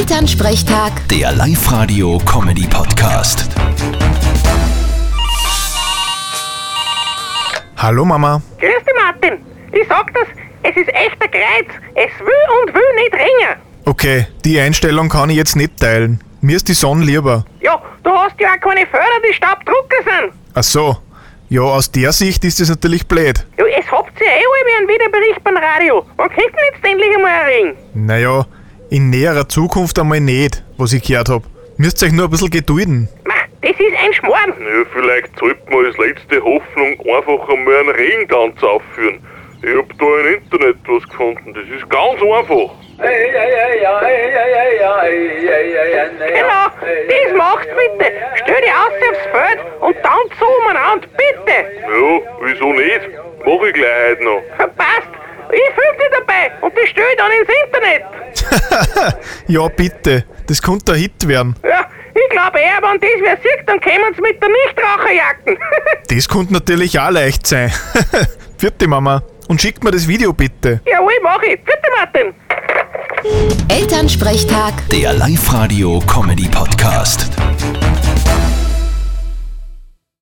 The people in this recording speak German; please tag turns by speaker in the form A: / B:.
A: Elternsprechtag,
B: Der Live-Radio-Comedy-Podcast.
C: Hallo Mama.
D: Grüß dich, Martin. Ich sag das, es ist echter Kreuz. Es will und will nicht ringen.
C: Okay, die Einstellung kann ich jetzt nicht teilen. Mir ist die Sonne lieber.
D: Ja, du hast ja auch keine Förder, die Staubdrucker sind.
C: Ach so. Ja, aus der Sicht ist es natürlich blöd.
D: Ja, es habt ihr eh alle wie einen Wiederbericht beim Radio. Wann kriegt denn jetzt endlich einmal einen Ring?
C: Naja, in näherer Zukunft einmal nicht, was ich gehört hab. Müsst euch nur ein bisschen gedulden.
D: Ma, das ist ein Schmarrn.
E: Ja, vielleicht sollte man als letzte Hoffnung einfach einmal einen Regentanz aufführen. Ich hab da im Internet was gefunden, das ist ganz einfach.
D: Genau, das macht's bitte. Stell dich aus aufs Feld und tanz so umeinander, bitte.
E: Ja, wieso nicht? Mach ich gleich heute noch.
D: Verpasst. Ich fühl dich dabei und das stell ich dann ins Internet.
C: Ja, bitte. Das könnte ein Hit werden.
D: Ja, ich glaube eher, wenn das wer sieht, dann kommen sie mit der Nichtraucherjacken.
C: Das könnte natürlich auch leicht sein. Vierte Mama. Und schickt mir das Video bitte.
D: Jawohl, mach ich. Bitte, Martin.
A: Elternsprechtag.
B: Der Live-Radio-Comedy-Podcast.